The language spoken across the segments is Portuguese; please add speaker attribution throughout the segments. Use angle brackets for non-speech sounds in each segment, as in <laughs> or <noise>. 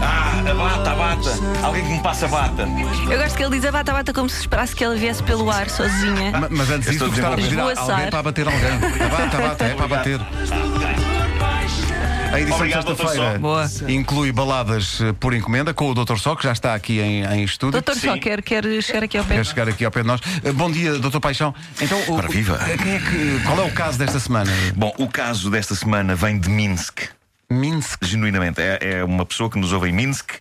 Speaker 1: Ah, bata, a bata. Alguém que me passa a bata.
Speaker 2: Eu gosto que ele diz a bata, a bata como se esperasse que ela viesse pelo ar sozinha.
Speaker 3: Ma- Mas antes
Speaker 1: Eu
Speaker 3: disso,
Speaker 1: estou
Speaker 3: vamos estar a pedir a
Speaker 2: desenvolvido.
Speaker 3: alguém para bater alguém. Abata, abata, é para bater. A edição de
Speaker 1: Obrigado,
Speaker 3: sexta-feira
Speaker 2: Boa.
Speaker 3: inclui baladas eh, por encomenda com o Dr. Só, que já está aqui em, em estúdio.
Speaker 2: Doutor, só quer, quer chegar aqui ao pé.
Speaker 3: Quer chegar aqui ao pé de nós. Eh, Bom dia, Dr. Paixão. Então, o-
Speaker 1: Ora, viva.
Speaker 3: quem é que- qual é o caso desta semana?
Speaker 1: Bom, o caso desta semana vem de Minsk.
Speaker 3: Minsk.
Speaker 1: Genuinamente, é, é uma pessoa que nos ouve em Minsk,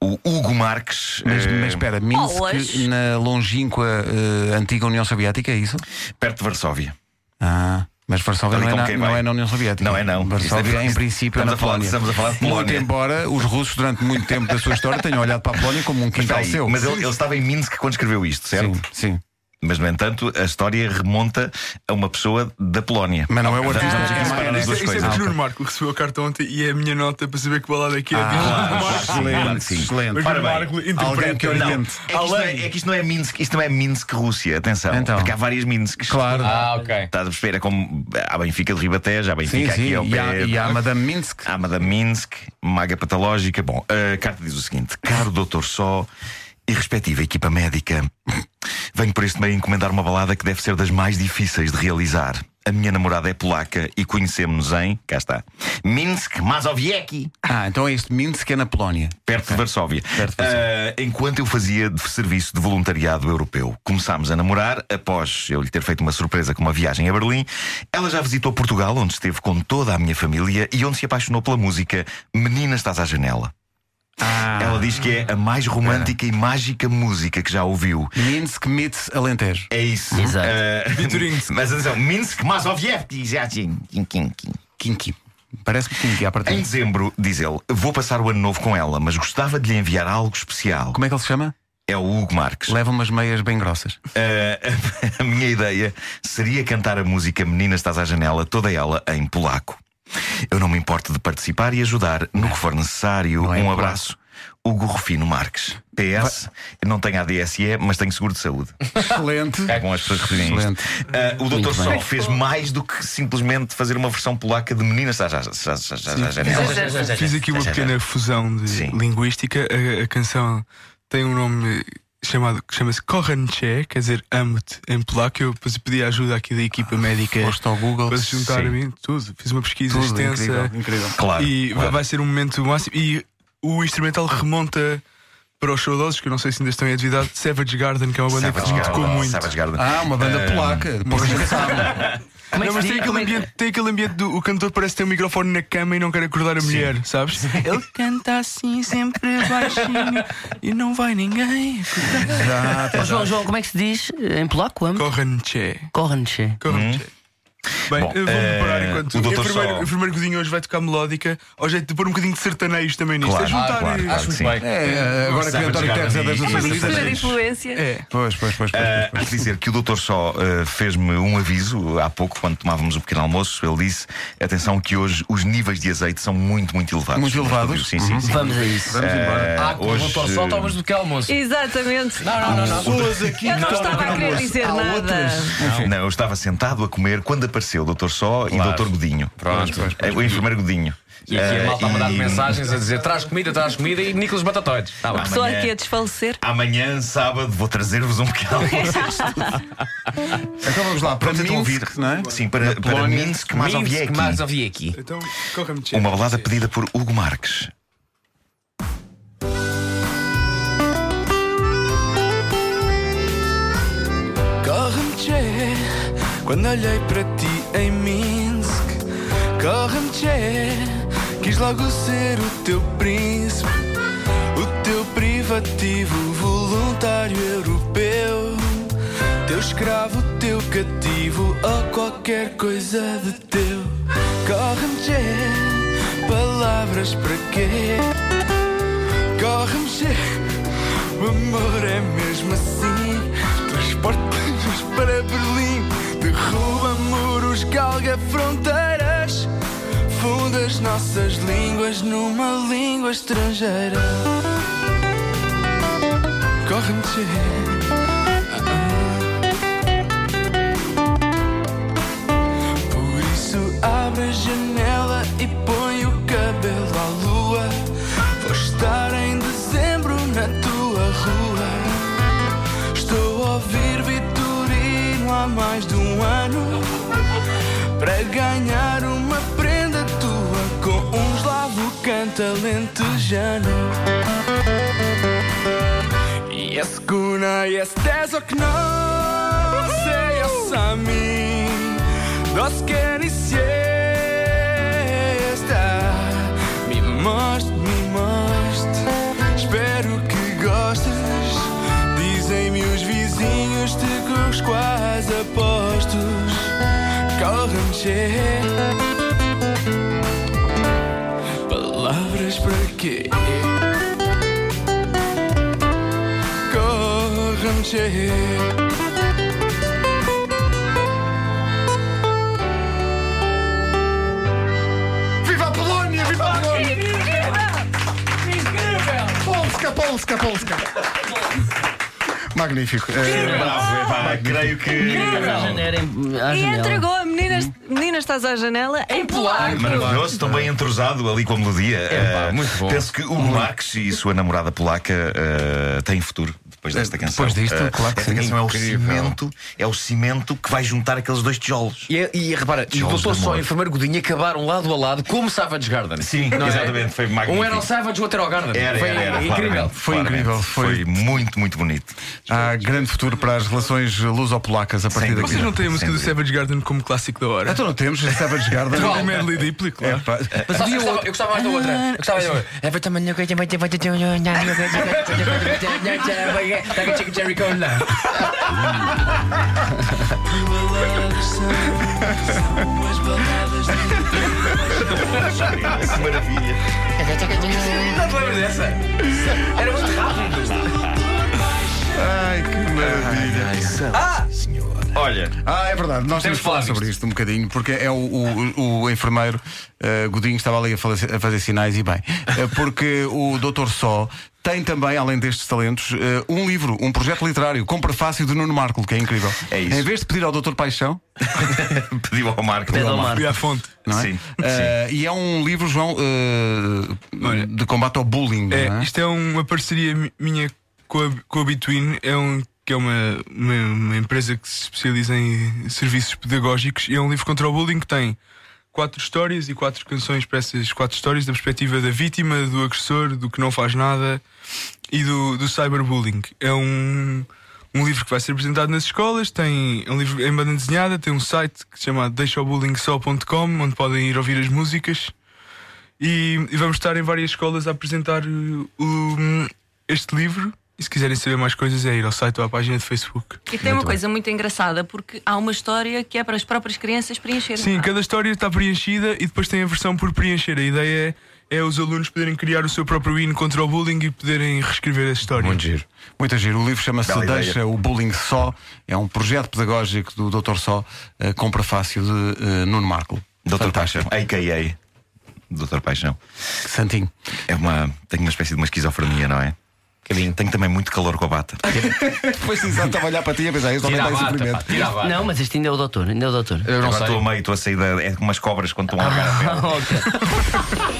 Speaker 1: o Hugo Marques.
Speaker 3: Mas,
Speaker 1: eh,
Speaker 3: mas espera, Minsk
Speaker 2: Olas.
Speaker 3: na longínqua eh, antiga União Soviética, é isso?
Speaker 1: Perto de Varsóvia.
Speaker 3: Ah, mas Varsóvia
Speaker 1: Então
Speaker 3: não, é na,
Speaker 1: quem
Speaker 3: não
Speaker 1: vai?
Speaker 3: é na União Soviética.
Speaker 1: Não é, não. Isto
Speaker 3: Varsóvia,
Speaker 1: é-
Speaker 3: em princípio, é
Speaker 1: Estamos
Speaker 3: na
Speaker 1: a falar-
Speaker 3: Polónia.
Speaker 1: estamos a falar de Polónia.
Speaker 3: Muito embora os russos, durante muito tempo da sua história, tenham olhado para a Polónia como um
Speaker 1: Espera
Speaker 3: quintal
Speaker 1: aí,
Speaker 3: seu.
Speaker 1: Mas ele, ele estava em Minsk quando escreveu isto, certo? Ah,
Speaker 3: Sim, sim.
Speaker 1: Mas, no entanto, a história remonta a uma pessoa da Polónia.
Speaker 3: Mas não é o
Speaker 1: Portanto,
Speaker 3: artigo.
Speaker 1: Vamos aqui
Speaker 3: Ah,
Speaker 1: separar as
Speaker 4: Isso,
Speaker 1: duas
Speaker 4: é- isso é
Speaker 1: coisas.
Speaker 4: porque Nuno Marco recebeu a carta ontem e é a minha nota para saber que balada é que é.
Speaker 1: Ah, claro,
Speaker 4: Nuno Marco.
Speaker 1: claro. Excelente,
Speaker 3: excelente.
Speaker 4: Mas
Speaker 1: Ora
Speaker 4: Nuno
Speaker 1: bem,
Speaker 4: Marco
Speaker 3: alguém que
Speaker 4: interpreta.
Speaker 1: Não, é que,
Speaker 3: oriente.
Speaker 1: isto não é, é que isto não é Minsk, isto não é Minsk, Rússia, atenção.
Speaker 3: Então.
Speaker 1: Porque há várias Minsks.
Speaker 3: Claro.
Speaker 5: Ah, ok.
Speaker 1: Estás a perceber? É como há Benfica de Ribatejo, há
Speaker 3: sim,
Speaker 1: Benfica
Speaker 3: sim.
Speaker 1: aqui ao
Speaker 3: E há,
Speaker 1: pé.
Speaker 3: e há a Madame Minsk.
Speaker 1: Ama da Minsk, maga patológica. Bom, a carta diz o seguinte: Caro Doutor Só e respectiva equipa médica, venho por este meio encomendar uma balada que deve ser das mais difíceis de realizar. A minha namorada é polaca e conhecemos-nos em, cá está, Minsk, Mazowiecki,
Speaker 3: Ah, então é este Minsk é na Polónia.
Speaker 1: perto de Varsóvia.
Speaker 3: Perto de Varsóvia.
Speaker 1: Ah, enquanto eu fazia de serviço de voluntariado europeu, começámos a namorar após eu lhe ter feito uma surpresa com uma viagem a Berlim. Ela já visitou Portugal, onde esteve com toda a minha família e onde se apaixonou pela música Menina Estás à Janela.
Speaker 3: Ah.
Speaker 1: Ela diz que é a mais romântica e mágica música que já ouviu.
Speaker 3: Minsk meets Alentejo.
Speaker 1: É isso.
Speaker 5: Exato.
Speaker 1: Ah,
Speaker 4: Vitorinho.
Speaker 1: <laughs> mas atenção, Minsk, Mazowiecki, já tinha.
Speaker 3: Kinky. Parece-me Kinky à
Speaker 1: Em
Speaker 3: partida.
Speaker 1: dezembro, diz ele, vou passar o ano novo com ela, mas gostava de lhe enviar algo especial.
Speaker 3: Como é que ele se chama?
Speaker 1: É o Hugo Marques.
Speaker 3: Leva umas meias bem grossas.
Speaker 1: Uh, <laughs> a minha ideia seria cantar a música Menina Estás à Janela, toda ela em polaco. Eu não me importo de participar e ajudar no que for necessário.
Speaker 3: Não é em
Speaker 1: um
Speaker 3: polaco.
Speaker 1: abraço. Hugo Rufino Marques. PS, eu não tenho ADSE, mas tenho seguro de
Speaker 3: <laughs>
Speaker 1: saúde.
Speaker 3: Excelente.
Speaker 1: É bom as pessoas referirem isto.
Speaker 3: Excelente.
Speaker 1: Uh, o Dr.
Speaker 3: Muito bem.
Speaker 1: Sol fez mais do que simplesmente fazer uma versão polaca de Menina Estás à, estás- estás- estás à Janela.
Speaker 4: Fiz aqui uma pequena fusão de
Speaker 1: Sim.
Speaker 4: linguística. A, a canção tem um nome chamado que chama-se Koranche, quer dizer amo-te em polaco. Eu depois pedi a ajuda aqui da equipa médica
Speaker 3: Foste ao Google.
Speaker 4: para se juntar
Speaker 1: Ah, Sim.
Speaker 4: a mim. Tudo. Fiz uma pesquisa
Speaker 3: Tudo
Speaker 4: extensa.
Speaker 3: incrível, incrível.
Speaker 1: Claro.
Speaker 4: E vai-
Speaker 1: claro.
Speaker 4: vai ser um momento máximo. E o instrumental remonta para os saudosos, que eu não sei se ainda estão em atividade, Savage Garden, que é uma banda
Speaker 1: Savage
Speaker 4: que me tocou
Speaker 1: Garden,
Speaker 4: muito.
Speaker 1: Savage Garden.
Speaker 3: Ah, uma banda polaca. Pouca gente sabe.
Speaker 5: Como
Speaker 4: Não,
Speaker 5: é que
Speaker 4: mas
Speaker 5: se
Speaker 4: tem
Speaker 5: diz?
Speaker 4: aquele,
Speaker 5: Como é que-
Speaker 4: ambiente, tem aquele ambiente do o cantor parece ter um microfone na cama e não quer acordar a mulher, sabes? Ele canta assim sempre baixinho e não vai ninguém.
Speaker 5: Ó, João, João, como é que se diz eh, em polaco? amo?
Speaker 4: Corranche.
Speaker 5: Correnche.
Speaker 4: Corranche. Bem,
Speaker 1: Hum? Bom,
Speaker 4: eu vou
Speaker 1: eh,
Speaker 4: preparar enquanto.
Speaker 1: o
Speaker 4: O,
Speaker 1: Dr.
Speaker 4: primeiro,
Speaker 1: Sol.
Speaker 4: o primeiro codinho hoje vai tocar melódica, ao jeito de pôr um bocadinho de sertaneios também nisto.
Speaker 1: Claro,
Speaker 4: é juntar.
Speaker 1: claro, claro,
Speaker 4: eh,
Speaker 1: que sim.
Speaker 3: <laughs> É, agora que o António Guterres é das
Speaker 1: É uma
Speaker 2: Uma
Speaker 3: Nações
Speaker 2: mistura de
Speaker 3: Unidas.
Speaker 2: influências.
Speaker 4: É.
Speaker 3: Pois, pois, pois. pois,
Speaker 1: Ah,
Speaker 3: pois,
Speaker 1: há
Speaker 3: pois.
Speaker 1: que dizer que o doutor só ah, fez-me um aviso há pouco, quando tomávamos o pequeno almoço. Ele disse: atenção, que hoje os níveis de azeite são muito, muito elevados.
Speaker 3: Muito
Speaker 1: Nos
Speaker 3: elevados? Uhum.
Speaker 1: estúdios. Sim, sim, sim.
Speaker 5: Vamos a isso.
Speaker 3: Vamos embora.
Speaker 1: Ah,
Speaker 5: Ah, com o doutor
Speaker 1: hoje,
Speaker 5: Sol, talvez do que é almoço.
Speaker 2: Exatamente.
Speaker 5: Não, não, não, não.
Speaker 3: Pessoas aqui
Speaker 2: Eu
Speaker 3: que
Speaker 2: não
Speaker 3: estão
Speaker 2: estava
Speaker 3: no
Speaker 2: a querer
Speaker 3: almoço.
Speaker 2: dizer
Speaker 3: Há
Speaker 2: nada.
Speaker 3: outras. Enfim.
Speaker 1: Não, eu estava sentado a comer quando apareceu o doutor só e o
Speaker 5: Claro.
Speaker 1: doutor Godinho.
Speaker 5: Pronto.
Speaker 3: Pois,
Speaker 1: É, O enfermeiro Godinho.
Speaker 5: É, E aqui a malta a
Speaker 1: Ah,
Speaker 5: mandar
Speaker 1: e
Speaker 5: mensagens a dizer traz comida, traz comida e Nicolas Batatoides. Tá bem.
Speaker 2: Pessoa
Speaker 1: Amanhã.
Speaker 2: aqui a desfalecer.
Speaker 1: Amanhã, sábado, vou trazer-vos um pequeno almoço.
Speaker 3: Então vamos lá, para
Speaker 1: Pronto, então ouvir.
Speaker 3: Minsk, não é?
Speaker 1: Sim, para, para
Speaker 3: Polónia.
Speaker 1: Minsk,
Speaker 5: Minsk,
Speaker 1: Mazowiecki.
Speaker 5: Mazowiecki.
Speaker 4: Então, Corranche.
Speaker 1: Uma balada pedida por Hugo Marques.
Speaker 4: Corre-me quando olhei para ti em Minsk. Corre-me quis logo ser o teu príncipe, o teu privativo voluntário europeu, teu escravo, teu cativo ou qualquer coisa de teu. Corre-me palavras para quê? Corre-me o amor é mesmo assim. Transporta-nos para Berlim. Derruba muros, galga fronteiras. Funda as nossas línguas numa língua estrangeira. Corre-me, tchê. Ah, ah. Por isso abre a janela e põe o cabelo à lua. Vou estar em deserto um ganhar uma prenda tua com um eslavo canta lentejano. Yes, kuna, yes, tezok no, se yes é a mí, dos que ni siesta. Me mostre, me mostre, espero que gostes. Dizem-me os vizinhos, te que os quase apostos. Corre-me Palavras para quê? Corre-me
Speaker 6: Viva a Polónia! Viva a Polónia! Incrível! Polska, Polska, Polska!
Speaker 3: Magnífico. Eh,
Speaker 1: Bravo, é pá, creio que.
Speaker 5: À janela, em- à
Speaker 2: E
Speaker 5: janela.
Speaker 2: entregou a meninas, meninas estás à janela em polaco.
Speaker 1: É Maravilhoso, tão bem entrosado ali com a melodia.
Speaker 5: É, pá,
Speaker 1: Eh,
Speaker 5: muito bom.
Speaker 1: Penso que o Marques e sua namorada polaca eh, têm futuro depois desta canção.
Speaker 3: depois disto,
Speaker 1: Eh,
Speaker 3: claro que
Speaker 1: Esta
Speaker 3: sim.
Speaker 1: canção é o,
Speaker 3: Incrível.
Speaker 1: cimento, é o cimento que vai juntar aqueles dois tijolos.
Speaker 5: E, e repara, e o
Speaker 1: Jogos
Speaker 5: doutor
Speaker 1: de
Speaker 5: só
Speaker 1: amor.
Speaker 5: e o enfermeiro Godinho acabaram lado a lado como Savage Garden.
Speaker 1: Sim,
Speaker 5: Não é?
Speaker 1: exatamente, foi magnífico.
Speaker 5: Um era o Savage, o outro era o Garden.
Speaker 1: Era,
Speaker 5: foi
Speaker 1: era, era,
Speaker 5: incrível.
Speaker 1: claramente,
Speaker 3: Foi
Speaker 1: claramente.
Speaker 3: incrível, foi-
Speaker 1: Foi muito, muito bonito.
Speaker 3: Há grande futuro para as relações luso-polacas a
Speaker 1: Sem
Speaker 3: partir daqui.
Speaker 1: dúvida.
Speaker 4: Vocês não têm a música do
Speaker 1: Sem dúvida.
Speaker 4: Savage Garden como clássico da hora?
Speaker 3: Então não temos, estava de garda.
Speaker 4: Tem medley duplo,
Speaker 3: É,
Speaker 4: claro.
Speaker 3: pá.
Speaker 5: Mas sabes que eu gostava- eu gostava mais da outra. Eu gostava mais da outra. É, vai tomar no cu, vai tomar- vai tomar- vai tomar- vai tomar- vai tomar- vai tomar- vai tomar- vai tomar- Taca, taca, Jerry Cola.
Speaker 1: Que maravilha.
Speaker 6: Então,
Speaker 4: Não te lembras dessa?
Speaker 6: né?
Speaker 4: Era muito rápido.
Speaker 3: Ai, que maravilha.
Speaker 1: Olha,
Speaker 3: Ah, é verdade, nós temos
Speaker 5: Temos
Speaker 3: que
Speaker 5: que
Speaker 3: falar
Speaker 5: falar
Speaker 3: sobre isto um bocadinho, porque é o, o- o enfermeiro eh, Godinho estava ali a, fale- a fazer sinais e bem, Eh, porque o Dr. Só tem também, além destes talentos, eh, um livro, um projeto literário com prefácio de Nuno Marco, que é incrível.
Speaker 1: É isso.
Speaker 3: Em vez de pedir ao Dr. Paixão,
Speaker 1: pediu ao Marco.
Speaker 5: Pede ao Marco.
Speaker 4: E à fonte.
Speaker 3: não é?
Speaker 1: Sim,
Speaker 3: Eh, e é um livro, João, eh,
Speaker 4: Olha.
Speaker 3: de combate ao bullying. não
Speaker 4: É,
Speaker 3: é?
Speaker 4: isto é uma parceria mi- minha com a, com a Between, é um, que é uma, uma, uma empresa que se especializa em serviços pedagógicos e é um livro contra o bullying que tem quatro histórias e quatro canções para essas quatro histórias da perspectiva da vítima, do agressor, do que não faz nada e do, do cyberbullying. É um, um livro que vai ser apresentado nas escolas, tem é um livro em banda desenhada, tem um site que se chama deixaobullyingso.com onde podem ir ouvir as músicas e, e vamos estar em várias escolas a apresentar uh, o- este livro. E se quiserem saber mais coisas é ir ao site ou à página de Facebook.
Speaker 2: E tem uma coisa muito engraçada, porque há uma história que é para as próprias crianças preencherem.
Speaker 4: Sim, cada história está preenchida e depois tem a versão por preencher. A ideia é, é os alunos poderem criar o seu próprio hino contra o bullying e poderem reescrever a história.
Speaker 1: muito giro.
Speaker 3: Muito giro. O livro chama-se
Speaker 1: Bela ideia.
Speaker 3: Deixa o Bullying Só. É um projeto pedagógico do Dr. Só eh, com prefácio de eh, Nuno Marco.
Speaker 1: Doutor Paixão,
Speaker 3: Fantástico.
Speaker 1: a.k.a. Doutor Paixão.
Speaker 3: Santinho.
Speaker 1: É uma. Tenho uma espécie de uma esquizofrenia, não é? Tenho também muito calor com a bata.
Speaker 3: Pois sim, estava a olhar para ti e a pensar, este homem está em sofrimento.
Speaker 5: Não, mas este ainda é o doutor, ainda é o doutor.
Speaker 1: Agora estou a meio, estou a sair da. É como as cobras quando estão a largar a pele.
Speaker 5: Ah, ok.